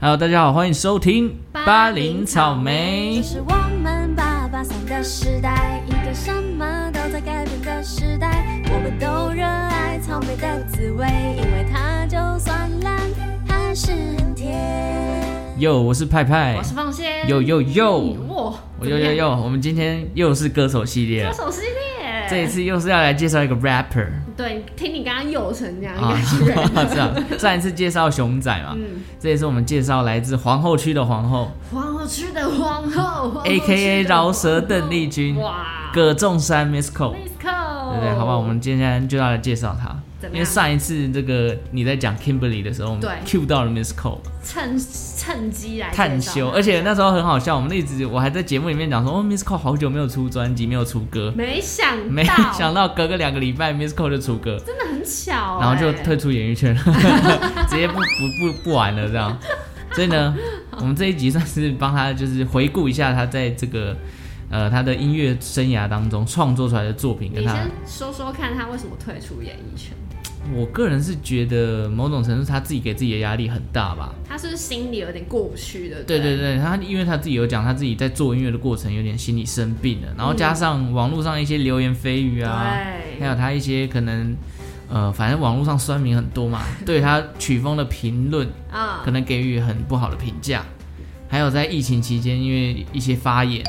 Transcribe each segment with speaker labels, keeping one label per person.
Speaker 1: Hello，大家好，欢迎收听
Speaker 2: 巴林
Speaker 1: 草
Speaker 2: 草
Speaker 1: 莓
Speaker 2: 莓。这是我们八八三的时代，一个什么都在改变的时代。我们都热爱草莓的滋味，因为它就算烂，还是很甜。
Speaker 1: 哟，我是派派
Speaker 2: 我。是放仙，
Speaker 1: 哟哟哟，
Speaker 2: 哇，
Speaker 1: 我哟哟哟，我们今天又是歌手系列
Speaker 2: 歌
Speaker 1: 了，
Speaker 2: 手系列，
Speaker 1: 这一次又是要来介绍一个 rapper
Speaker 2: 对，听你刚刚有成这样，
Speaker 1: 啊， 这样。上一次介绍熊仔嘛，
Speaker 2: 嗯
Speaker 1: 这一次我们介绍来自皇后区的皇后
Speaker 2: 皇后区的皇后皇后区的
Speaker 1: ，A.K.A. 饶舌邓丽君，
Speaker 2: 哇
Speaker 1: 葛仲珊 Miss Cole。
Speaker 2: ，Let's
Speaker 1: 对
Speaker 2: go，
Speaker 1: 不对？好吧，我们今天就要来介绍他，
Speaker 2: 怎么样
Speaker 1: 因为上一次这个你在讲 Kimberly 的时候，我们
Speaker 2: 对
Speaker 1: cue 到了 Miss Cole
Speaker 2: 趁趁机来介绍
Speaker 1: 探修，而且那时候很好笑，我们一直我还在节目里面讲说，哦，Miss Cole 好久没有出专辑，没有出歌，
Speaker 2: 没想到，
Speaker 1: 没想到隔个两个礼拜 Miss Cole 就出歌，
Speaker 2: 真的很巧、
Speaker 1: 然后就
Speaker 2: 哎
Speaker 1: 退出演艺圈了， 直接不不不不玩了这样。所以 呢，我们这一集算是帮他就是回顾一下他在这个呃他的音乐生涯当中创作出来的作品，跟
Speaker 2: 你
Speaker 1: 他
Speaker 2: 先说说看他为什么退出演艺圈？
Speaker 1: 我个人是觉得某种程度他自己给自己的压力很大吧。
Speaker 2: 他是不是心里有点过不去的？
Speaker 1: 对对
Speaker 2: 对
Speaker 1: 对，他因为他自己有讲，他自己在做音乐的过程有点心理生病了，然后加上网络上一些流言蜚语啊，还
Speaker 2: 嗯对，
Speaker 1: 有他一些可能呃，反正网络上酸民很多 嘛，对他曲风的评论
Speaker 2: 啊、
Speaker 1: 可能给予很不好的评价，还有在疫情期间因为一些发言。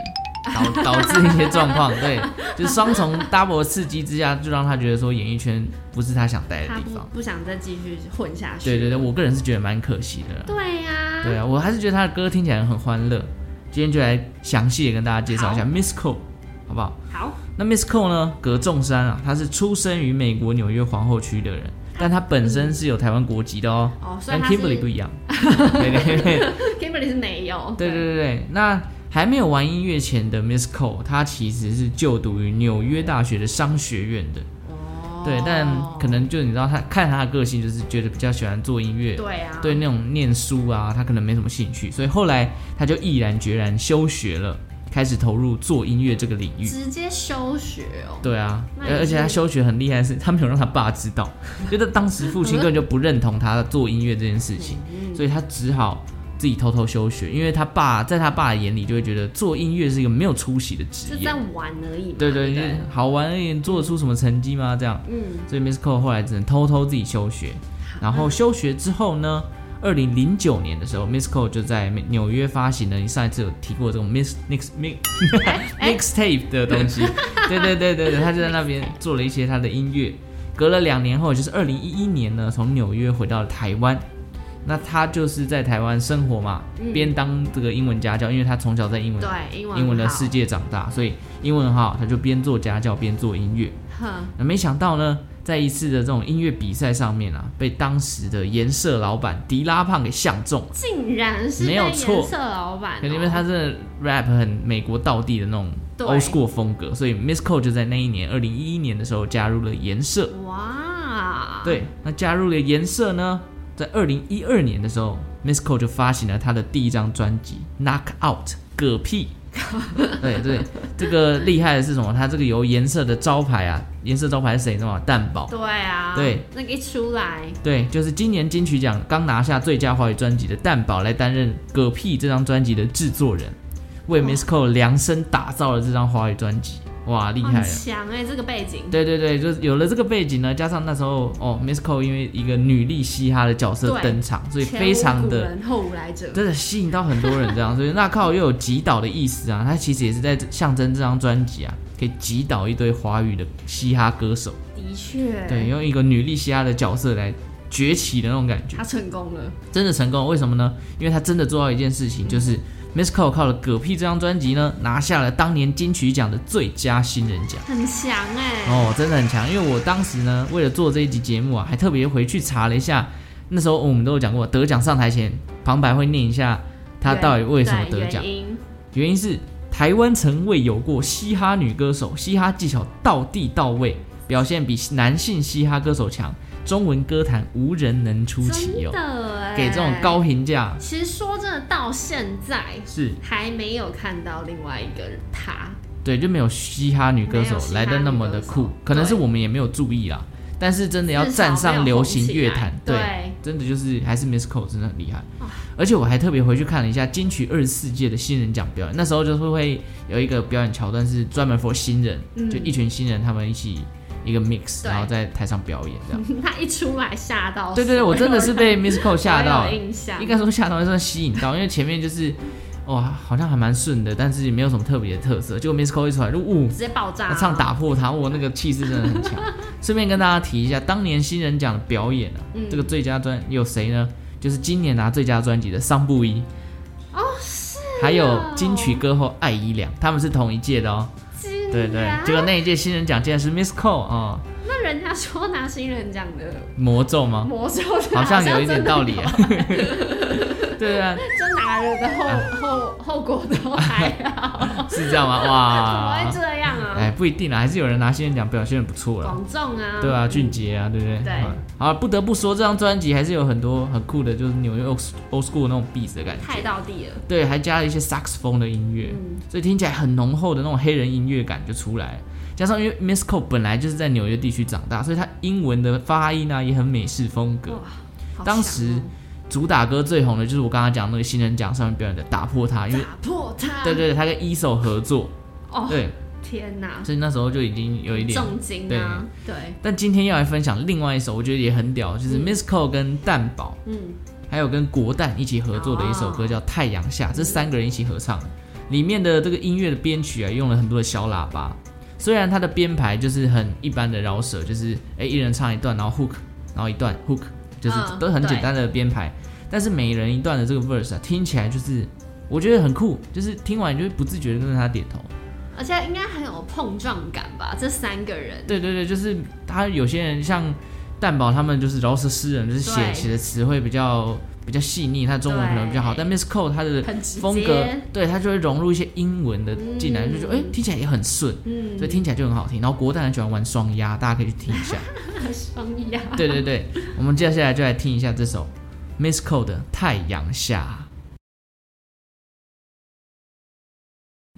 Speaker 1: 导 导致一些状况，对，就是双重 double 刺激之下，就让他觉得说演艺圈不是他想待的
Speaker 2: 他
Speaker 1: 地
Speaker 2: 不
Speaker 1: 方。
Speaker 2: 不想再继续混下去。
Speaker 1: 对对对，我个人是觉得蛮可惜的啦。
Speaker 2: 对呀、
Speaker 1: 对啊，我还是觉得他的歌听起来很欢乐。今天就来详细的跟大家介绍一下 Miss Cole，好不好？
Speaker 2: 好，
Speaker 1: 那 Miss Cole 呢，葛仲珊啊，她是出生于美国纽约皇后区的人，但她本身是有台湾国籍的哦，
Speaker 2: 哦，虽
Speaker 1: 跟
Speaker 2: 然他
Speaker 1: Kimberly 不
Speaker 2: 是
Speaker 1: 一样。对对对
Speaker 2: Kimberly 是没有，
Speaker 1: 对对对对。那还没有玩音乐前的 Miss Cole，她其实是就读于纽约大学的商学院的。
Speaker 2: 哦，
Speaker 1: 对，但可能就你知道她，看她的个性，就是觉得比较喜欢做音乐，
Speaker 2: 对啊，
Speaker 1: 对那种念书啊，他可能没什么兴趣，所以后来他就毅然决然休学了，开始投入做音乐这个领域。
Speaker 2: 直接休学哦，
Speaker 1: 对啊，
Speaker 2: 那也
Speaker 1: 而而且他
Speaker 2: 是
Speaker 1: 休学很厉害的是，他没有让他爸知 道，因为当时父亲根本就不认同他做音乐这件事情，
Speaker 2: 嗯
Speaker 1: 所以他只好自己偷偷休学，因为他爸在他爸的眼里就会觉得做音乐是一个没有出息的职
Speaker 2: 就
Speaker 1: 业
Speaker 2: 在，玩而已嘛。
Speaker 1: 对
Speaker 2: 对
Speaker 1: 对，
Speaker 2: 不
Speaker 1: 就是好玩而已，做得出什么成绩吗？这样，
Speaker 2: 嗯，
Speaker 1: 所以 Miss Cole 后来只能偷偷自己休学。然后休学之后呢，二零零九年的时候，Miss Cole 就在美纽约发行了，你上一次有提过这种 Miss Mix Mix
Speaker 2: 哎
Speaker 1: Mixtape 的东西。对对对对对，他就在那边做了一些他的音乐。隔了两年后，也就是二零一一年呢，从纽约回到了台湾。那他就是在台湾生活嘛，边当这个英文家教，因为他从小在英文
Speaker 2: 对，嗯英文
Speaker 1: 英文的
Speaker 2: 好
Speaker 1: 世，界长大，所以英文很好，他就边做家教边做音乐。
Speaker 2: 哼，
Speaker 1: 那没想到呢，在一次的这种音乐比赛上面啊，被当时的颜社老板迪拉胖给相中，
Speaker 3: 哦
Speaker 2: 竟然是
Speaker 1: 没有
Speaker 2: 被
Speaker 1: 错
Speaker 2: 颜色老板、
Speaker 1: 可
Speaker 2: 哦，
Speaker 1: 能因为他这 rap 很美国道地的那种
Speaker 2: 对
Speaker 1: old school 风格，所以 Miss Cole 就在那一年二零一一年的时候加入了颜社。
Speaker 2: 哇，，
Speaker 3: 啊
Speaker 1: 对，那加入了颜社呢，在二零一二年的时候，Miss Cole 就发行了她的第一张专辑《Knock Out》嗝屁。对对，这个厉害的是什么？它这个由颜社的招牌啊，颜社招牌是谁？你知道吗？蛋堡。
Speaker 2: 对啊，
Speaker 1: 对，
Speaker 2: 那个一出来，
Speaker 1: 对，就是今年金曲奖刚拿下最佳华语专辑的蛋宝来担任《嗝屁》这张专辑的制作人，为 Miss Cole 量身打造了这张华语专辑，哇，厉害啊
Speaker 2: 很
Speaker 1: 了！
Speaker 2: 强哎、这个背景，
Speaker 1: 对对对，就是有了这个背景呢，加上那时候哦，Miss Cole 因为一个女力嘻哈的角色
Speaker 2: 对
Speaker 1: 登场，所以
Speaker 2: 前
Speaker 1: 非
Speaker 2: 无
Speaker 1: 常
Speaker 2: 古
Speaker 1: 的
Speaker 2: 人后无来者，
Speaker 1: 真的吸引到很多人这样，所以那靠又有击倒的意思啊，它其实也是在象征这张专辑啊，可以击倒一堆华语的嘻哈歌手，
Speaker 2: 的确，
Speaker 1: 对，，用一个女力嘻哈的角色来崛起的那种感觉。
Speaker 2: 他成功了，
Speaker 1: 真的成功，为什么呢？因为他真的做到一件事情，就是 Miss Cole 靠了《嗝屁》这张专辑呢，拿下了当年金曲奖的最佳新人奖。
Speaker 2: 很强哎、
Speaker 1: 哦，真的很强，因为我当时呢，为了做这一集节目啊，还特别回去查了一下，那时候我们都有讲过，得奖上台前旁白会念一下他到底为什么
Speaker 2: 对
Speaker 1: 得奖，
Speaker 2: 原因
Speaker 1: 原因是台湾曾未有过嘻哈女歌手，嘻哈技巧到地到位，表现比男性嘻哈歌手强，中文歌坛无人能出其
Speaker 2: 真
Speaker 1: 哦，
Speaker 2: 的哎、
Speaker 1: 给这种高，评价。
Speaker 2: 其实说真的，到现在
Speaker 1: 是
Speaker 2: 还没有看到另外一个他，
Speaker 1: 对，就没有嘻哈女歌
Speaker 2: 没有
Speaker 1: 手
Speaker 2: 嘻哈
Speaker 1: 来的那么的
Speaker 2: 女歌手
Speaker 1: 酷，可能是
Speaker 2: 对
Speaker 1: 我们也没有注意啦。但是真的要
Speaker 3: 至少
Speaker 1: 站
Speaker 3: 没
Speaker 1: 上
Speaker 3: 有
Speaker 1: 流
Speaker 3: 红
Speaker 1: 行
Speaker 3: 起
Speaker 1: 乐
Speaker 3: 来
Speaker 1: 坛，
Speaker 3: 对啊
Speaker 1: 真的就是还是 Miss Cole 真的很厉害
Speaker 3: 哇。
Speaker 1: 而且我还特别回去看了一下金曲二十四届的新人奖表演，那时候就是会有一个表演桥段是专门 for 新人，
Speaker 3: 嗯
Speaker 1: 就一群新人他们一起一个 mix，
Speaker 3: 对
Speaker 1: 然后在台上表演这样。
Speaker 3: 他一出来吓到，
Speaker 1: 对对对，我真的是被 Miss Cole 吓到
Speaker 3: 我，有印象，
Speaker 1: 应该说吓到，算吸引到，因为前面就是 哇好像还蛮顺的，但是没有什么特别的特色，结果 Miss Cole 一出来就呜。
Speaker 3: 直接爆炸
Speaker 1: 他
Speaker 3: 了，
Speaker 1: 唱打破它，我那个气势真的 很强。顺便跟大家提一下，当年新人奖的表演啊，
Speaker 3: 嗯
Speaker 1: 这个最佳专有谁呢？就是今年拿最佳专辑的桑布伊，
Speaker 3: 哦，是
Speaker 1: 还
Speaker 3: 哎
Speaker 1: 有金曲歌后艾怡良，他们是同一届的哦。
Speaker 3: 金
Speaker 1: 对对，
Speaker 3: 呀
Speaker 1: 结果那一届新人奖竟然是 Miss Cole 哦，
Speaker 3: 那人家说拿新人奖的
Speaker 1: 魔咒吗？
Speaker 3: 魔咒的，
Speaker 1: 好像有一点
Speaker 3: 真的
Speaker 1: 道理、啊。 对啊，
Speaker 3: 真拿了的后、后后果都还 好，
Speaker 1: 是这样吗？
Speaker 3: 怎么会
Speaker 1: 哇，
Speaker 3: 这样
Speaker 1: 啊哎，
Speaker 3: 啊？
Speaker 1: 不一定啦，还是有人拿新人奖表现的不错了。
Speaker 3: 广众啊，
Speaker 1: 对啊，俊杰啊，对不对？
Speaker 3: 对
Speaker 1: 嗯好，不得不说，这张专辑还是有很多很酷的，就是纽约 old old school 那种 beat 的感觉。
Speaker 3: 太到地了，嗯
Speaker 1: 对，还加了一些萨克斯风的音乐，所以听起来很浓厚的那种黑人音乐感就出来了。加上因为 Miss Cole 本来就是在纽约地区长大，所以他英文的发音啊也很美式风格。
Speaker 3: 哇，好
Speaker 1: 当
Speaker 3: 强
Speaker 1: 时
Speaker 3: 哦
Speaker 1: 主打歌最红的就是我刚刚讲那个新人奖上面表演的《打破它》，啊因为
Speaker 3: 打破它，
Speaker 1: 对对对，他跟 e s o 合作，
Speaker 3: 啊哦，
Speaker 1: 对，
Speaker 3: 天哪，
Speaker 1: 所以那时候就已经有一点
Speaker 3: 重金啊，对，
Speaker 1: 但今天要来分享另外一首，我觉得也很屌，就是 Miss Cole 跟蛋宝，
Speaker 3: 嗯，
Speaker 1: 还有跟国蛋一起合作的一首歌，
Speaker 3: 哦
Speaker 1: 叫《太阳下》，这三个人一起合唱的。里面的这个音乐的编曲啊，用了很多的小喇叭，虽然它的编排就是很一般的饶舌，就是哎一人唱一段，然后 hook，然后一段 hook，就是
Speaker 3: 嗯
Speaker 1: 都很
Speaker 3: 对
Speaker 1: 简单的编排，但是每人一段的这个 verse 啊，听起来就是我觉得很酷，就是听完你就会不自觉的跟着他点头。
Speaker 3: 而且应该很有碰撞感吧？这三个人，
Speaker 1: 对对对，就是他有些人像蛋宝他们就是饶舌诗人，就是写
Speaker 3: 对
Speaker 1: 写的词汇比较比较细腻，他中文可能比较好，
Speaker 3: 对
Speaker 1: 但 Miss Cole 他的
Speaker 3: 很直接
Speaker 1: 风格，对他就会融入一些英文的进来，
Speaker 3: 嗯
Speaker 1: 就觉得哎、听起来也很顺，
Speaker 3: 嗯，
Speaker 1: 所以听起来就很好听。然后国蛋很喜欢玩双押，大家可以去听 一下。
Speaker 3: 双啊鸭，
Speaker 1: 对对对，我们接下来就来听一下这首 Miss Cole 的《太阳下》。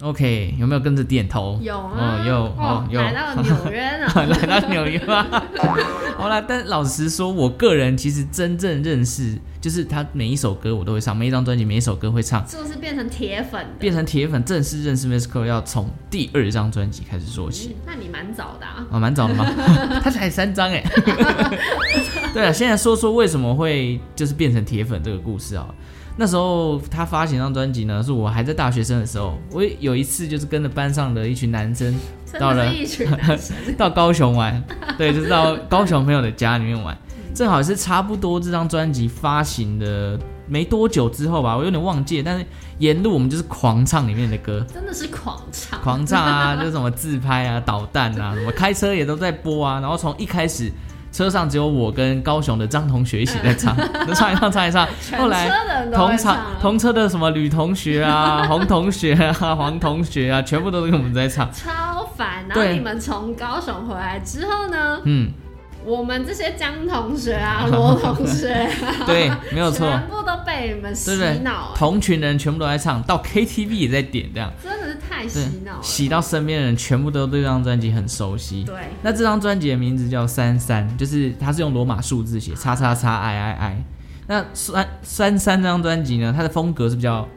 Speaker 1: OK，有没有跟着点头？
Speaker 3: 有
Speaker 1: 哦
Speaker 3: 啊，，
Speaker 1: 有
Speaker 3: 哦
Speaker 1: 哦，，有。
Speaker 3: 来到纽约呢，
Speaker 1: 来到纽约吗？ 好啦，但老实说，我个人其实真正认识，就是他每一首歌我都会唱，每一张专辑每一首歌会唱，
Speaker 3: 是不是变成铁粉 的？
Speaker 1: 变成铁粉正式认识 Miss Cole 要从第二张专辑开始说起。
Speaker 3: 嗯那你蛮早的啊，
Speaker 1: 啊，蛮早的嘛， 他才三张哎。 对啊，现在说说为什么会就是变成铁粉这个故事啊。那时候他发行那张专辑呢，是我还在大学生的时候。我有一次就是跟着班上的一群男生
Speaker 3: 真
Speaker 1: 到了
Speaker 3: 的是一群男生，
Speaker 1: 到高雄玩，对，就是到高雄朋友的家里面玩，
Speaker 3: 嗯
Speaker 1: 正好是差不多这张专辑发行的没多久之后吧，我有点忘记了，但是沿路我们就是狂唱里面的歌，
Speaker 3: 真的是狂唱，
Speaker 1: 狂唱啊，就是什么自拍啊、导弹啊，什么开车也都在播啊，然后从一开始。车上只有我跟高雄的张同学一起在唱， 就唱一唱，唱一唱。
Speaker 3: 全
Speaker 1: 后来
Speaker 3: 车的人都
Speaker 1: 同
Speaker 3: 会
Speaker 1: 场
Speaker 3: 唱，啊
Speaker 1: 同车的什么吕同学 啊、洪同学啊、黄同学啊，全部都是跟我们在唱。
Speaker 3: 超烦。然后
Speaker 1: 对
Speaker 3: 你们从高雄回来之后呢，
Speaker 1: 嗯，
Speaker 3: 我们这些江同学啊、罗同学啊，
Speaker 1: 对，没有错。
Speaker 3: 全部都被你们洗
Speaker 1: 对不对
Speaker 3: 脑？，哎
Speaker 1: 同群人全部都在唱，到 KTV 也在点这样，
Speaker 3: 真的是太
Speaker 1: 对
Speaker 3: 洗脑，了。
Speaker 1: 洗到身边的人全部都对这张专辑很熟悉。
Speaker 3: 对，
Speaker 1: 那这张专辑的名字叫三三，就是它是用罗马数字写，叉叉叉 i i i。那三三三这张专辑呢，它的风格是比较，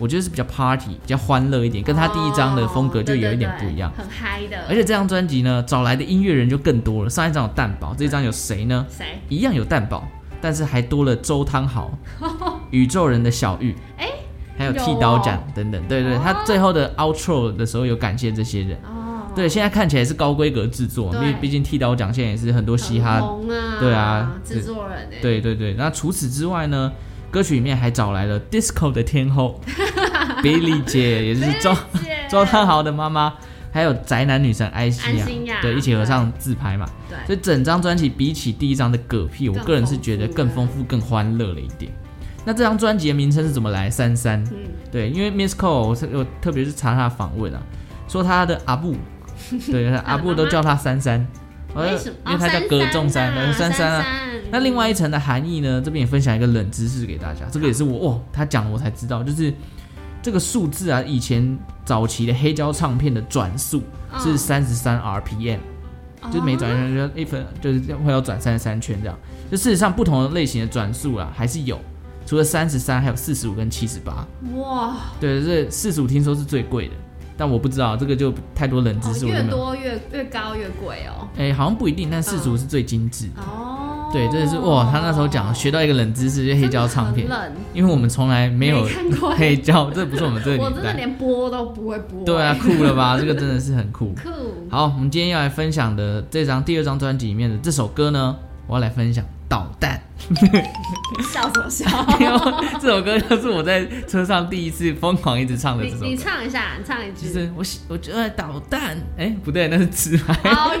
Speaker 1: 我觉得是比较 party，比较欢乐一点，跟它第一张的风格就有一点不一样
Speaker 3: 哦。对对对很嗨的。
Speaker 1: 而且这张专辑呢，找来的音乐人就更多了。上一张有蛋宝，这一张有谁呢？
Speaker 3: 谁？
Speaker 1: 一样有蛋堡，但是还多了周汤豪、 宇宙人的小玉，
Speaker 3: 哎
Speaker 1: 还有
Speaker 3: 有
Speaker 1: 剃刀斩等等。对对，
Speaker 3: 哦
Speaker 1: 他最后的 outro 的时候有感谢这些人。
Speaker 3: 哦，
Speaker 1: 对，现在看起来是高规格制作，因
Speaker 3: 对
Speaker 1: 为毕竟剃刀奖现在也是很多嘻哈
Speaker 3: 很。红啊，
Speaker 1: 对啊
Speaker 3: 制作人哎，
Speaker 1: 对对对，那除此之外呢，歌曲里面还找来了 disco 的天 后 Billy 姐，也就是周
Speaker 3: 姐
Speaker 1: 周汤豪的妈妈，还有宅男女神艾希
Speaker 3: 安心亚
Speaker 1: 啊对，一起合
Speaker 3: 对
Speaker 1: 唱自拍嘛。
Speaker 3: 对，
Speaker 1: 所以整张专辑比起第一张的嗝屁，我
Speaker 3: 更
Speaker 1: 个人是觉得
Speaker 3: 丰富
Speaker 1: 更丰富、更欢乐了一点。那这张专辑的名称是怎么来？三三，
Speaker 3: 嗯，
Speaker 1: 对，因为 Miss Cole 我是我特别是查他的访问啊，说他的阿布， 对，他的阿布都叫他三三，呃
Speaker 3: 为什么？
Speaker 1: 因为他叫葛仲山，
Speaker 3: 哦
Speaker 1: 对三
Speaker 3: 三
Speaker 1: 三啊。
Speaker 3: 三
Speaker 1: 那另外一层的含义呢，这边也分享一个冷知识给大家，这个也是我哦，他讲了我才知道，就是这个数字啊，以前早期的黑胶唱片的转速
Speaker 3: 嗯
Speaker 1: 是三十三 RPM，、
Speaker 3: 哦
Speaker 1: 就是每转一圈就一分，就是会有转三十三圈这样。就事实上，不同的类型的转速啊，还是有，除了三十三，还有四十五跟七十八。
Speaker 3: 哇，
Speaker 1: 对，这四十五听说是最贵的，但我不知道这个就太多冷知
Speaker 3: 哦
Speaker 1: 识，我就
Speaker 3: 越
Speaker 1: 没有。
Speaker 3: 多越越高越贵哦。
Speaker 1: 哎、好像不一定，但四十五是最精致。
Speaker 3: 哦，
Speaker 1: 对，真的是哇，他那时候讲学到一个冷知识，就是黑胶唱片
Speaker 3: 哦真的，很冷
Speaker 1: 因为我们从来没有
Speaker 3: 没看过
Speaker 1: 黑胶，这不是我们这个
Speaker 3: 我
Speaker 1: 年
Speaker 3: 真的
Speaker 1: 代。
Speaker 3: 连播都不会播。欸
Speaker 1: 对啊，，酷了 吧？这个真的是很酷。
Speaker 3: 酷，
Speaker 1: 好，我们今天要来分享的这张第二张专辑里面的这首歌呢，我要来分享《导弹》。
Speaker 3: 笑什么笑？
Speaker 1: 因为这首歌就是我在车上第一次疯狂一直唱的
Speaker 3: 你
Speaker 1: 这首
Speaker 3: 你
Speaker 1: 歌。
Speaker 3: 唱一下，你唱一
Speaker 1: 就
Speaker 3: 句。
Speaker 1: 是我喜，我就爱导弹，哎、不对，那是直白，
Speaker 3: 好呀，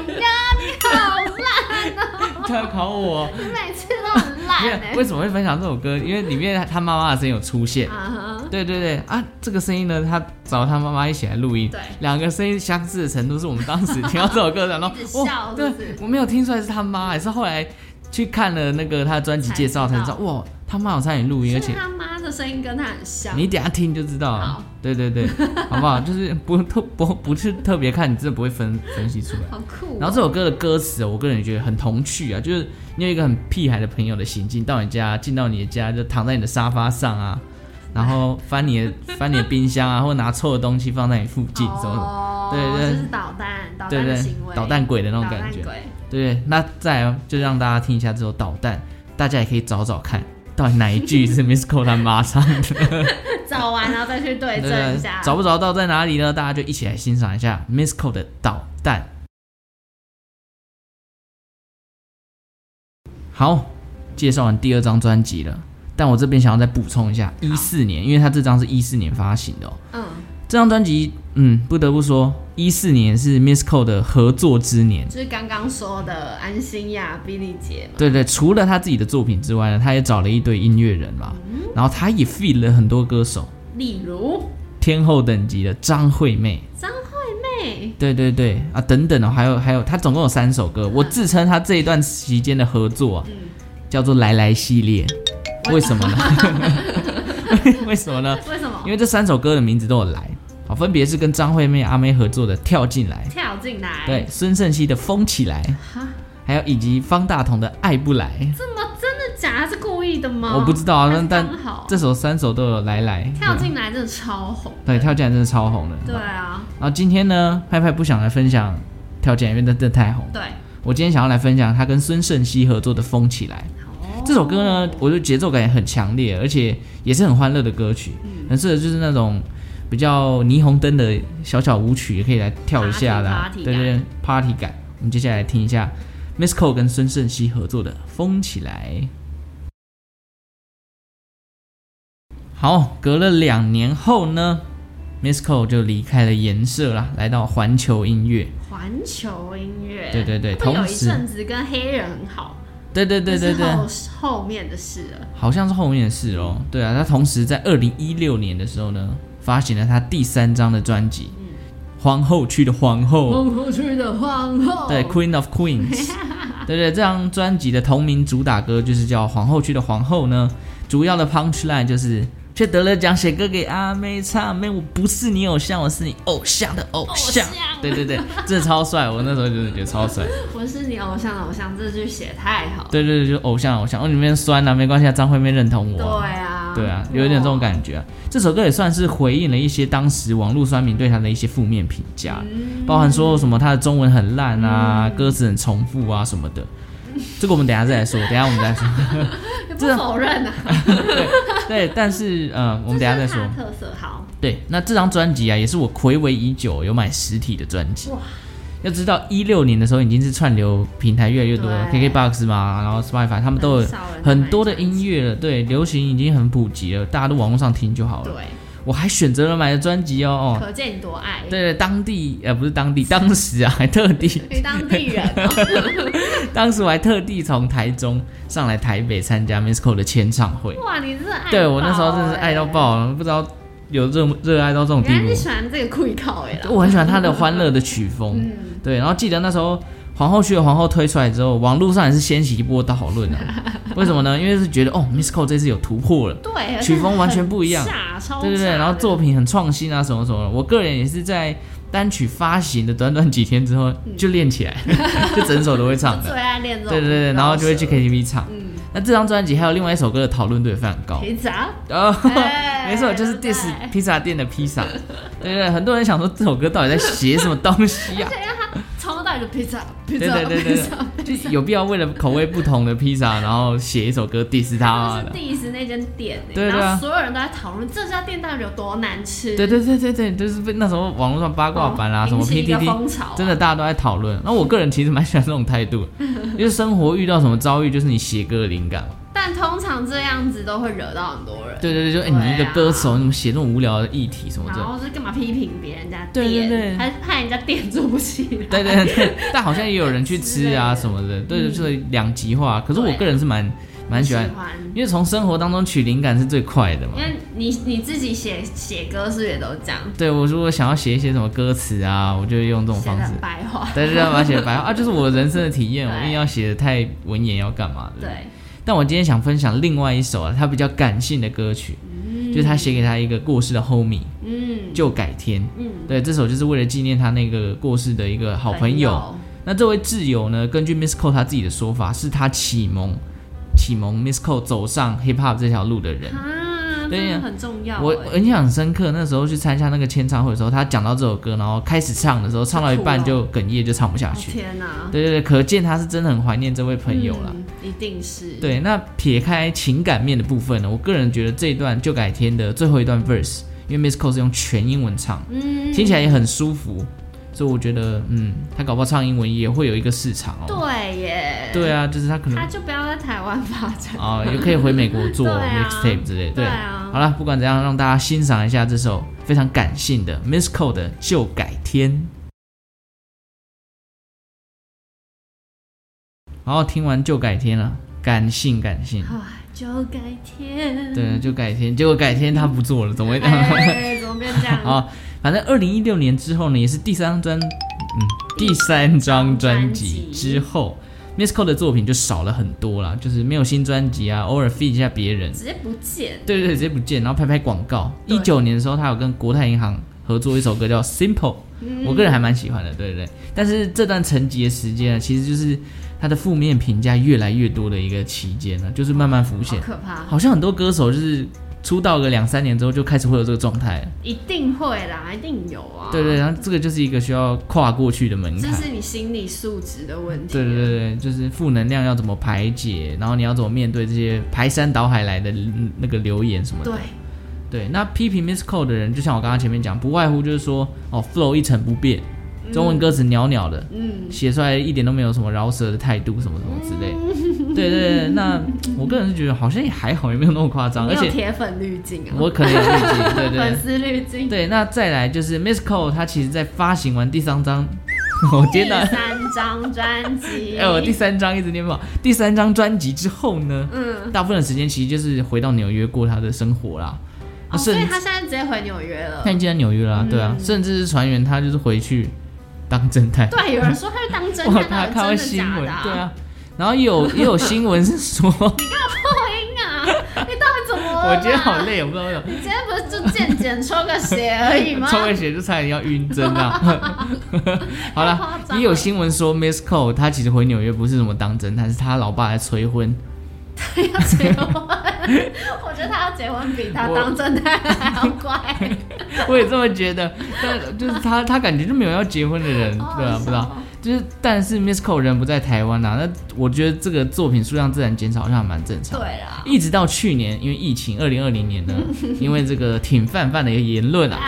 Speaker 3: 你好烂哦！
Speaker 1: 他要考我。
Speaker 3: 你每次都很烂
Speaker 1: 因
Speaker 3: 哎、
Speaker 1: 为为什么会分享这首歌？因为里面他妈妈的声音有出现。
Speaker 3: 啊哈，
Speaker 1: 对对对啊，这个声音呢，他找他妈妈一起来录音，
Speaker 3: 对
Speaker 1: 两个声音相似的程度，是我们当时听到这首歌， 然后
Speaker 3: 一直笑
Speaker 1: 哇，
Speaker 3: 是
Speaker 1: 对
Speaker 3: 不是，
Speaker 1: 我没有听出来是他妈，还是后来去看了那个他的专辑介绍才 知道，
Speaker 3: 才
Speaker 1: 哇，他妈有参与录音，而
Speaker 3: 是
Speaker 1: 且
Speaker 3: 他妈的声音跟他很像。
Speaker 1: 你等一下听就知道了
Speaker 3: 好。
Speaker 1: 对对对，好不好？就是不特不不是特别看，你真的不会分分析出来。
Speaker 3: 好酷哦、
Speaker 1: 然后这首歌的歌词，我个人觉得很童趣啊，就是你有一个很屁孩的朋友的行径，到你家进到你的家就躺在你的沙发上啊，然后翻你的 翻你的冰箱啊，或者拿臭的东西放在你附近什么的，
Speaker 3: 哦，
Speaker 1: 对对
Speaker 3: 就是导弹，导
Speaker 1: 对
Speaker 3: 弹
Speaker 1: 不
Speaker 3: 的
Speaker 1: 对
Speaker 3: 行为，？
Speaker 1: 捣蛋鬼的那
Speaker 3: 导
Speaker 1: 种
Speaker 3: 弹
Speaker 1: 感觉，
Speaker 3: 鬼
Speaker 1: 对不对？那再来就让大家听一下这首《捣蛋》，大家也可以找找看。到底哪一句是 Miss Cole 他妈唱的？
Speaker 3: 找完然后哎再去
Speaker 1: 对
Speaker 3: 对
Speaker 1: 不
Speaker 3: 症
Speaker 1: 对
Speaker 3: 一下，
Speaker 1: 找不找到在哪里呢？大家就一起来欣赏一下 Miss Cole 的导弹。好，介绍完第二张专辑了，但我这边想要再补充一下，一四年，因为他这张是一四年发行的哦。
Speaker 3: 嗯，
Speaker 1: 这张专辑，嗯，不得不说，一四年是 Miss Cole 的合作之年。
Speaker 3: 就是刚刚说的安心亚、比利姐嘛，
Speaker 1: 对对，除了他自己的作品之外呢，他也找了一堆音乐人嘛，
Speaker 3: 嗯
Speaker 1: 然后他也 feed 了很多歌手，
Speaker 3: 例如
Speaker 1: 天后等级的张惠妹，
Speaker 3: 张惠妹，
Speaker 1: 对对对啊，等等哦，还有还有，他总共有三首
Speaker 3: 嗯
Speaker 1: 歌，我自称他这一段期间的合作、啊，叫做“来来”系列，为什么呢？ 为什么呢？
Speaker 3: 为什么
Speaker 1: 因为这三首歌的名字都有“来”，好，分别是跟张惠妹、阿妹合作的《跳进来
Speaker 3: 跳进来？》，
Speaker 1: 对，，孙盛熙的《疯起来》，
Speaker 3: 嗯哈，
Speaker 1: 还有以及方大同的《爱不来
Speaker 3: 这么真的假的？是故意的吗？
Speaker 1: 我不知道啊，
Speaker 3: 还是
Speaker 1: 但但
Speaker 3: 刚好
Speaker 1: 这首三首都有“来来”，
Speaker 3: 跳进来真的超红，
Speaker 1: 对，跳进来真的超红的。
Speaker 3: 对啊，
Speaker 1: 然后今天呢，派派不想来分享跳进来，因为真的太红了。
Speaker 3: 对，
Speaker 1: 我今天想要来分享他跟孙盛熙合作的《疯起来》
Speaker 3: 哦，
Speaker 1: 这首歌呢，我觉得节奏感也很强烈，而且也是很欢乐的歌曲，
Speaker 3: 嗯
Speaker 1: 很适合就是那种比较霓虹灯的小小舞曲，也可以来跳一下啦
Speaker 3: Party，party
Speaker 1: 对对对，party 感。我们接下来听一下 Miss Cole 跟孙盛熙合作的《疯起来》。好，隔了两年后呢，Miss Cole 就离开了颜社啦，来到环球音乐。
Speaker 3: 环球音乐，
Speaker 1: 对对对
Speaker 3: 他们有
Speaker 1: 同
Speaker 3: 一
Speaker 1: 时
Speaker 3: 阵子跟黑人很好，
Speaker 1: 对对对对对，
Speaker 3: 那是后后面的事了。
Speaker 1: 好像是后面的事哦。对啊，他同时在二零一六年的时候呢，发行了他第三张的专辑
Speaker 3: 嗯
Speaker 1: 《皇后区的皇后》，
Speaker 3: 出去的皇后
Speaker 1: 对，《Queen of Queens》。对对，这张专辑的同名主打歌就是叫《皇后区的皇后》呢，主要的 punch line 就是却得了奖，写歌给阿妹唱，妹我不是你偶像，我是你偶像的偶像。
Speaker 3: 偶像
Speaker 1: 对对对，真的超帅，我那时候就是觉得超帅。
Speaker 3: 我是你偶像的偶像，这句写太好了。
Speaker 1: 对对对，就偶像偶像，哦，你们酸啊，没关系啊，张惠妹认同我、
Speaker 3: 对啊，
Speaker 1: 对啊，有一点这种感觉、啊。这首歌也算是回应了一些当时网络酸民对他的一些负面评价，
Speaker 3: 嗯
Speaker 1: 包含说什么他的中文很烂啊，歌词很重复啊什么的。这个我们等一下再来说，等一下我们再 来说。
Speaker 3: 觉，
Speaker 1: 这
Speaker 3: 不否认啊。
Speaker 1: 对，但是呃， 我们等一下再说
Speaker 3: 这。是它的特色好，
Speaker 1: 对，那这张专辑啊，也是我暌违已久有买实体的专辑
Speaker 3: 哇。
Speaker 1: 要知道，一六年的时候已经是串流平台越来越多了
Speaker 3: 对
Speaker 1: ，KKBOX 嘛，然后 Spotify 他们都有
Speaker 3: 很少人在
Speaker 1: 很
Speaker 3: 买
Speaker 1: 多的
Speaker 3: 专辑
Speaker 1: 音乐了。对，流行已经很普及了，大家都网络上听就好了。
Speaker 3: 对，
Speaker 1: 我还选择了买的专辑哦哦，
Speaker 3: 可见你多爱，
Speaker 1: 对对，当地呃不是当地，当时啊还特地，
Speaker 3: 你当地人哦，
Speaker 1: 当时我还特地从台中上来台北参加 Miss Cole 的签唱会，
Speaker 3: 哇，你真的爱，欸
Speaker 1: 对我那时候真的是爱到。爆了，不知道有热热爱到这种地
Speaker 3: 原来
Speaker 1: 步
Speaker 3: 你。喜欢这个酷考哎啦，
Speaker 1: 我很喜欢他的欢乐的曲风，
Speaker 3: 嗯
Speaker 1: 对，然后记得那时候皇后区的皇后推出来之后，网络上也是掀起一波讨论啊，为什么呢？因为是觉得哦，Miss Cole 这次有突破了。
Speaker 3: 对，
Speaker 1: 曲风完全不一样
Speaker 3: 而且很炸超
Speaker 1: 对对对，
Speaker 3: 炸
Speaker 1: 然后
Speaker 3: 的
Speaker 1: 作品很创新啊，什么什么的。我个人也是在单曲发行的短短几天之后
Speaker 3: 嗯
Speaker 1: 就练起 来，就整首都会唱
Speaker 3: 最
Speaker 1: 的。
Speaker 3: 爱练这种，
Speaker 1: 对对对，然后就会去 KTV 唱。
Speaker 3: 嗯，
Speaker 1: 那这张专辑还有另外一首歌的讨论度也非常高。
Speaker 3: 陪砸，
Speaker 1: 哦，
Speaker 3: 哎
Speaker 1: 没错，就是 diss 披萨店的披萨。对对，很多人想说这首歌到底在写什么东西啊 呀、
Speaker 3: 而且因为他从头到尾就披萨，披
Speaker 1: 对
Speaker 3: 萨，
Speaker 1: 对对
Speaker 3: 披
Speaker 1: 对
Speaker 3: 萨，
Speaker 1: 对，就有必要为了口味不同的披萨，然后写一首歌 diss 他啊
Speaker 3: 他
Speaker 1: 吗
Speaker 3: 们是 diss 那间店欸，
Speaker 1: 对对啊
Speaker 3: 然后所有人都在讨论这家店到底有多难吃，
Speaker 1: 对对对对对，就是被那时候网络上八卦版啦、啊
Speaker 3: 哦
Speaker 1: 什么
Speaker 3: 引起一个
Speaker 1: PTT，
Speaker 3: 风潮啊
Speaker 1: 真的大家都在讨论。那我个人其实蛮喜欢这种态 度，因为生活遇到什么遭遇，就是你写歌的灵感嘛。
Speaker 3: 但通常这样子都会惹到很多人，
Speaker 1: 对对对，就哎、
Speaker 3: 对啊
Speaker 1: 你一个歌手，你怎么写这种无聊的议题什么
Speaker 3: 然
Speaker 1: 的？
Speaker 3: 后是干嘛批评别人家店，
Speaker 1: 对对对
Speaker 3: 还是怕人家店做不起来，
Speaker 1: 对对对，对但好像也有人去吃 啊什么的，对对，就是两极化。可是我个人是蛮蛮喜欢，因为从生活当中取灵感是最快的嘛
Speaker 3: 因。为你你自己写写歌是不是也都这样，
Speaker 1: 对我如果想要写一些什么歌词啊，我就会用这种
Speaker 3: 写
Speaker 1: 方
Speaker 3: 的
Speaker 1: 式。
Speaker 3: 白话，
Speaker 1: 对，就让把它写白话啊，就是我人生的体验，
Speaker 3: 对
Speaker 1: 我硬要写的太文言要干嘛的？
Speaker 3: 对，
Speaker 1: 但我今天想分享另外一首啊，它比较感性的歌曲，就是他写给他一个过世的 homie
Speaker 3: 嗯
Speaker 1: 就改天。
Speaker 3: 嗯，
Speaker 1: 对，这首就是为了纪念他那个过世的一个好朋友。那这位挚友呢，根据 Miss Cole 他自己的说法，是他启蒙启蒙 Miss Cole 走上 hip hop 这条路的人。
Speaker 3: 啊，
Speaker 1: 对
Speaker 3: 真
Speaker 1: 呀
Speaker 3: 的很重要欸，
Speaker 1: 我我印象很深刻，那时候去参加那个签唱会的时候，他讲到这首歌，然后开始唱的时候，唱到一半就哽咽，就唱不下
Speaker 3: 哦
Speaker 1: 去。
Speaker 3: 天哪，
Speaker 1: 对对对，可见他是真的很怀念这位朋友啦。
Speaker 3: 嗯，一定是，
Speaker 1: 对，那撇开情感面的部分呢，我个人觉得这一段就改天的最后一段 verse，因为 Miss Cole 是用全英文唱，
Speaker 3: 嗯，
Speaker 1: 听起来也很舒服，所以我觉得，嗯，他搞不好唱英文也会有一个市场哦。
Speaker 3: 对耶，
Speaker 1: 对啊，就是他可能
Speaker 3: 他就不要在台湾发 展。
Speaker 1: 啊、也可以回美国做
Speaker 3: 对啊
Speaker 1: mixtape 之类的。
Speaker 3: 对啊
Speaker 1: 好了，不管怎样，让大家欣赏一下这首非常感性的 Miss Cole 的《旧改天》。然后听完《旧改天》了，感性感性。
Speaker 3: 唉，就改 天。
Speaker 1: 对，就改天，结果改天他不做了，怎么会？
Speaker 3: 嗯哎，怎么变这样？
Speaker 1: 好，反正二零一六年之后呢，也是第三张，嗯，第三张专辑
Speaker 3: 专辑
Speaker 1: 之后，Miss Cole 的作品就少了很多啦，就是没有新专辑啊，偶尔 feed 一下别人，
Speaker 3: 直接不见。
Speaker 1: 对对对，直接不见，然后拍拍广告。
Speaker 3: 对
Speaker 1: 一九年的时候，他有跟国泰银行合作一首歌叫《Simple》，我个
Speaker 3: 嗯
Speaker 1: 人还蛮喜欢的，对对对。但是这段沉寂的时间啊，其实就是他的负面评价越来越多的一个期间呢、就是慢慢浮
Speaker 3: 好
Speaker 1: 现。
Speaker 3: 可怕，
Speaker 1: 好像很多歌手就是出道个两三年之后就开始会有这个状态了，
Speaker 3: 一定会啦，一定有啊。
Speaker 1: 对对，，然后这个就是一个需要跨过去的门
Speaker 3: 这
Speaker 1: 槛。
Speaker 3: 是你心理素质的问题。
Speaker 1: 对
Speaker 3: 啊
Speaker 1: 对对对，就是负能量要怎么排解，然后你要怎么面对这些排山倒海来的嗯那个留言什么的。
Speaker 3: 对
Speaker 1: 对，那批评 Miss Cole 的人，就像我刚刚前面讲，不外乎就是说，哦，flow 一成不变，中文歌词袅袅的，
Speaker 3: 嗯，
Speaker 1: 写出来一点都没有什么饶舌的态度，什么什么之类
Speaker 3: 嗯
Speaker 1: 的。对对对，那我个人是觉得好像也还好，也没有那么夸张，
Speaker 3: 你
Speaker 1: 而
Speaker 3: 有
Speaker 1: 且
Speaker 3: 铁粉滤镜啊，
Speaker 1: 我可能有滤镜， 对对对
Speaker 3: 粉，丝滤镜。
Speaker 1: 对，那再来就是 Miss Cole，她其实在发行完第三张， 我天
Speaker 3: 第
Speaker 1: 哪！
Speaker 3: 三张专 辑，
Speaker 1: 哎、我第三张一直念不好。第三张专辑之后呢，
Speaker 3: 嗯，
Speaker 1: 大部分的时间其实就是回到纽约过她的生活啦。
Speaker 3: 哦，所
Speaker 1: 甚
Speaker 3: 以嗯
Speaker 1: 至
Speaker 3: 他现在直接回纽约了
Speaker 1: 她已。经在纽约啦，对啊，甚至是传言她就是回去当侦探。
Speaker 3: 对，有人说他是当真，
Speaker 1: 哇，她看
Speaker 3: 到底
Speaker 1: 到
Speaker 3: 真的
Speaker 1: 新
Speaker 3: 假
Speaker 1: 闻
Speaker 3: 的，啊？
Speaker 1: 对啊。然后也有也有新闻是 说，
Speaker 3: 破音啊！你到底怎么 了？
Speaker 1: 我觉得好。累，我不知道为什么。
Speaker 3: 你今天不是就健检抽个血而已 吗？
Speaker 1: 抽个血就差点要晕针 啊！好
Speaker 3: 太夸
Speaker 1: 了
Speaker 3: 张，
Speaker 1: 也
Speaker 3: 了
Speaker 1: 有新闻说 Miss Cole 她其实回纽约不是什么当侦探，是她老爸来催 婚。
Speaker 3: 要结婚， 我觉得他要结婚比他当侦探还要快。
Speaker 1: 我也这么觉得，但就是她她感觉就没有要结婚的人，
Speaker 3: 哦
Speaker 1: 对啊，不知
Speaker 3: 是
Speaker 1: 道
Speaker 3: 哦。
Speaker 1: 就是但是 Miss Cole 人不在台湾啊，那我觉得这个作品数量自然减少好像还蛮正常。
Speaker 3: 对啊啦，
Speaker 1: 一直到去年，因为疫情，二零二零 年呢，因为这个挺范范的一个言论啊，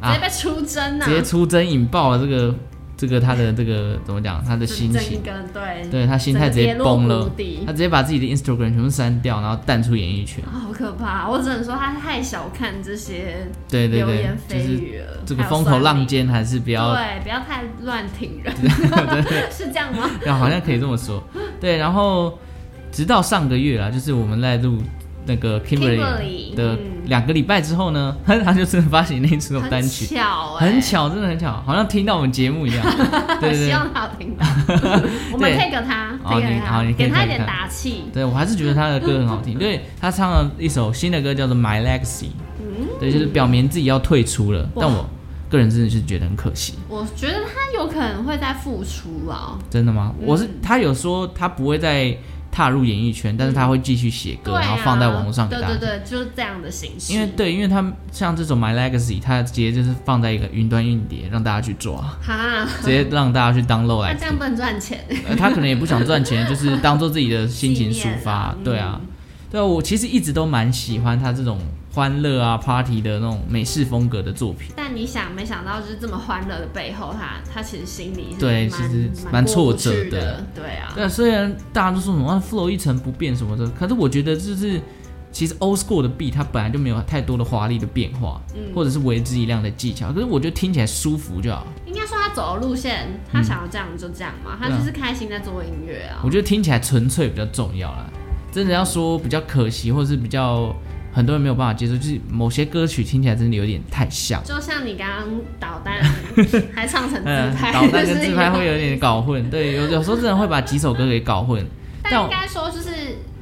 Speaker 3: 哎，直接被出征啊呐、
Speaker 1: 直接出征引爆了这个这个他的这个怎么讲，他的
Speaker 3: 出
Speaker 1: 心
Speaker 3: 征
Speaker 1: 情
Speaker 3: 一。个对，
Speaker 1: 对他心态直接崩了
Speaker 3: 整个跌落谷底，
Speaker 1: 他直接把自己的 Instagram 全部删掉，然后淡出演艺圈。
Speaker 3: 啊好可怕！我只能说他太小看这些
Speaker 1: 对对
Speaker 3: 流
Speaker 1: 对
Speaker 3: 言，
Speaker 1: 就
Speaker 3: 蜚
Speaker 1: 是
Speaker 3: 语了。
Speaker 1: 这个风口浪尖，还是不
Speaker 3: 还有
Speaker 1: 要
Speaker 3: 算命，对，不要太乱挺 人， 是这样吗？
Speaker 1: 要，好像可以这么说。对，然后直到上个月啦，就是我们在录那个 Kimberly
Speaker 3: Kimberly，
Speaker 1: 的
Speaker 3: 嗯
Speaker 1: 两个礼拜之后呢， 他他就真的发行那一首单
Speaker 3: 很
Speaker 1: 曲，
Speaker 3: 巧哎、
Speaker 1: 很巧，真的很巧，好像听到我们节目 一样。对对
Speaker 3: 希
Speaker 1: 对，
Speaker 3: 望他有 听到。我们 take 他
Speaker 1: 哦你
Speaker 3: ，take
Speaker 1: 好
Speaker 3: 他
Speaker 1: 你，可以
Speaker 3: 给他
Speaker 1: take
Speaker 3: 一点
Speaker 1: 他
Speaker 3: 打气。
Speaker 1: 对我还是觉得他的歌很好
Speaker 3: 嗯
Speaker 1: 听。对他唱了一首新的歌叫做《My Legacy》，对，就是表明自己要退出了，但我个人真的是觉得很可惜。
Speaker 3: 我觉得他有可能会再复出啊。
Speaker 1: 真的吗？
Speaker 3: 嗯
Speaker 1: 我是他有说他不会再踏入演艺圈，但是他会继续写歌，
Speaker 3: 对啊，
Speaker 1: 然后放在网络上给
Speaker 3: 对
Speaker 1: 大家。
Speaker 3: 对对，就是这样的形式。
Speaker 1: 因为对，因为他像这种 My Legacy，他直接就是放在一个云端硬碟，让大家去 抓，
Speaker 3: 哈，
Speaker 1: 直接让大家去 download 来
Speaker 3: 那这样
Speaker 1: 听。
Speaker 3: 不能赚钱。
Speaker 1: 呃他可能也不想赚钱，就是当做自己的心情抒发
Speaker 3: 纪念啊。
Speaker 1: 对啊，对啊，我其实一直都蛮喜欢他这种欢乐啊、party 的那种美式风格的作品。
Speaker 3: 但你想，没想到就是这么欢乐的背后，他他其实心里是
Speaker 1: 对
Speaker 3: 蛮
Speaker 1: 其实蛮
Speaker 3: 蛮过不
Speaker 1: 挫折
Speaker 3: 去
Speaker 1: 的
Speaker 3: 的，对啊，
Speaker 1: 对啊，虽然大家都说什么啊 flow 一成不变什么的，可是我觉得就是其实 old school 的 beat 它本来就没有太多的华丽的变化，
Speaker 3: 嗯
Speaker 1: 或者是为之一亮的技巧，可是我觉得听起来舒服就好。
Speaker 3: 应该说他走的路线，他想要这样就这样嘛，他
Speaker 1: 对啊
Speaker 3: 就是开心在做音乐啊
Speaker 1: 我。觉得听起来纯粹比较重要啦。真的要说比较可惜，或者是比较很多人没有办法接受，就是某些歌曲听起来真的有点太像，
Speaker 3: 就像你刚刚 导弹还唱成
Speaker 1: 嗯
Speaker 3: 自，拍，
Speaker 1: 导弹跟
Speaker 3: 就是
Speaker 1: 自拍会
Speaker 3: 一样
Speaker 1: 有点搞混，对，有有时候真的会把几首歌给搞混。但
Speaker 3: 但应该说就是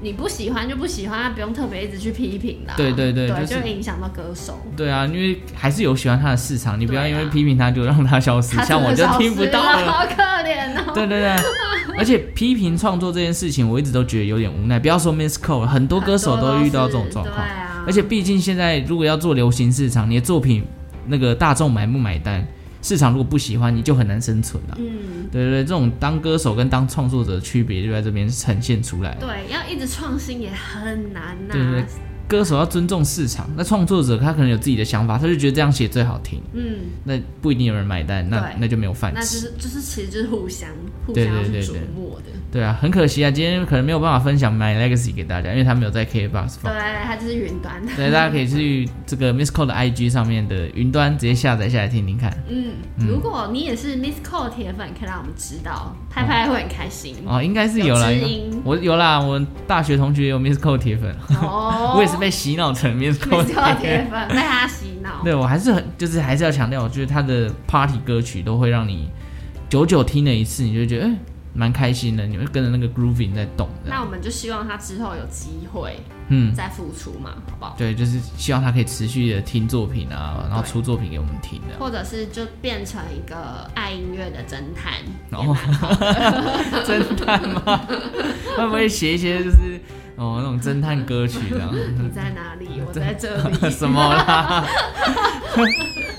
Speaker 3: 你不喜欢就不喜欢，不用特别一直去批评啦。
Speaker 1: 对对对
Speaker 3: 对，
Speaker 1: 就是
Speaker 3: 就影响到歌手。
Speaker 1: 对啊，因为还是有喜欢他的市场，你不要
Speaker 3: 对
Speaker 1: 因
Speaker 3: 啊
Speaker 1: 为批评他就让他消失，
Speaker 3: 他
Speaker 1: 像我
Speaker 3: 真
Speaker 1: 就
Speaker 3: 的消
Speaker 1: 听不
Speaker 3: 失
Speaker 1: 到
Speaker 3: 了，
Speaker 1: 了。
Speaker 3: 好可怜 哦。
Speaker 1: 对对对，而且批评创作这件事情，我一直都觉得有点无奈。不要说 Miss Cole，很多歌手都遇到这种状况
Speaker 3: 很多都是。对啊，
Speaker 1: 而且毕竟现在如果要做流行市场，你的作品那个大众买不买单，市场如果不喜欢，你就很难生存了、啊
Speaker 3: 嗯，
Speaker 1: 对对对，这种当歌手跟当创作者的区别就在这边呈现出来。
Speaker 3: 对，要一直创新也很难呐、
Speaker 1: 对对对歌手要尊重市场，那创作者他可能有自己的想法，他就觉得这样写最好听，
Speaker 3: 嗯，
Speaker 1: 那不一定有人买单，那
Speaker 3: 对
Speaker 1: 那就没有饭
Speaker 3: 那就
Speaker 1: 吃。
Speaker 3: 是就是其实就是互相互
Speaker 1: 对
Speaker 3: 相
Speaker 1: 对
Speaker 3: 要去
Speaker 1: 对
Speaker 3: 琢
Speaker 1: 对
Speaker 3: 磨的。
Speaker 1: 对啊，很可惜啊，今天可能没有办法分享 My Legacy 给大家，因为他没有在 KBox 放
Speaker 3: 对，。它就是云端。
Speaker 1: 所以大家可以去这个 Miss Cole 的 IG 上面的云端直接下载下来听听看。
Speaker 3: 嗯，如果你也是 Miss Cole 铁粉，可以让我们知道，拍拍会很开心。
Speaker 1: 哦，应该是有啦，
Speaker 3: 有知
Speaker 1: 应该
Speaker 3: 音
Speaker 1: 我有啦，我大学同学有 Miss Cole 铁粉，
Speaker 3: 哦
Speaker 1: 我也是被洗脑成 Miss Cole
Speaker 3: Miss
Speaker 1: 铁
Speaker 3: Cole
Speaker 1: 粉。
Speaker 3: 铁粉被他洗脑。
Speaker 1: 对，我还是很就是还是要强调，就是他的 party 歌曲都会让你久久听了一次，你就会觉得哎蛮、开心的，你会跟着那个 grooving 在动这
Speaker 3: 那
Speaker 1: 样。
Speaker 3: 我们就希望他之后有机会
Speaker 1: 嗯，
Speaker 3: 再复出嘛，好不好？
Speaker 1: 对，就是希望他可以持续的听作品啊，然后
Speaker 3: 对
Speaker 1: 出作品给我们听 的。
Speaker 3: 或者是就变成一个爱音乐的侦探，
Speaker 1: 然后侦探吗？会不会写一些就是哦那种侦探歌曲这样？
Speaker 3: 你在哪里？
Speaker 1: 嗯
Speaker 3: 我在这 里。
Speaker 1: 什么啦？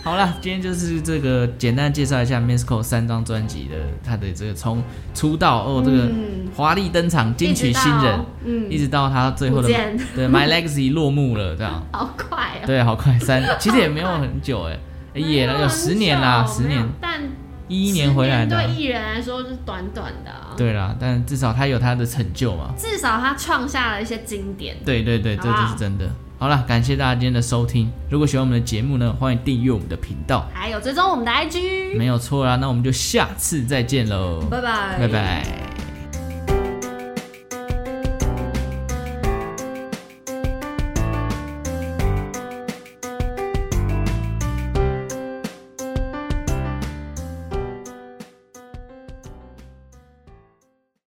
Speaker 1: 好啦，今天就是这个简单介绍一下 Misco 三张专辑的他的这个从出道哦这个
Speaker 3: 嗯
Speaker 1: 华丽登场金曲新人，
Speaker 3: 嗯
Speaker 1: 一直到他最后的
Speaker 3: 不见
Speaker 1: 对 My Legacy 落幕了这 样，
Speaker 3: 好快哦、
Speaker 1: 对，好快三，其实也没有很久 哎、欸，也了有十年啦，十
Speaker 3: 没有
Speaker 1: 年
Speaker 3: 但
Speaker 1: 一一年回来的
Speaker 3: 十
Speaker 1: 啊，
Speaker 3: 年对艺人来说就是短短的、啊，
Speaker 1: 对啦，但至少他有他的成就嘛，
Speaker 3: 至少他创下了一些经典。
Speaker 1: 对对对，这
Speaker 3: 好不
Speaker 1: 就
Speaker 3: 好
Speaker 1: 是真的。好了，感谢大家今天的收听。如果喜欢我们的节目呢，欢迎订阅我们的频道，
Speaker 3: 还有追踪我们的 IG，
Speaker 1: 没有错啦。那我们就下次再见喽，
Speaker 3: 拜拜，
Speaker 1: 拜拜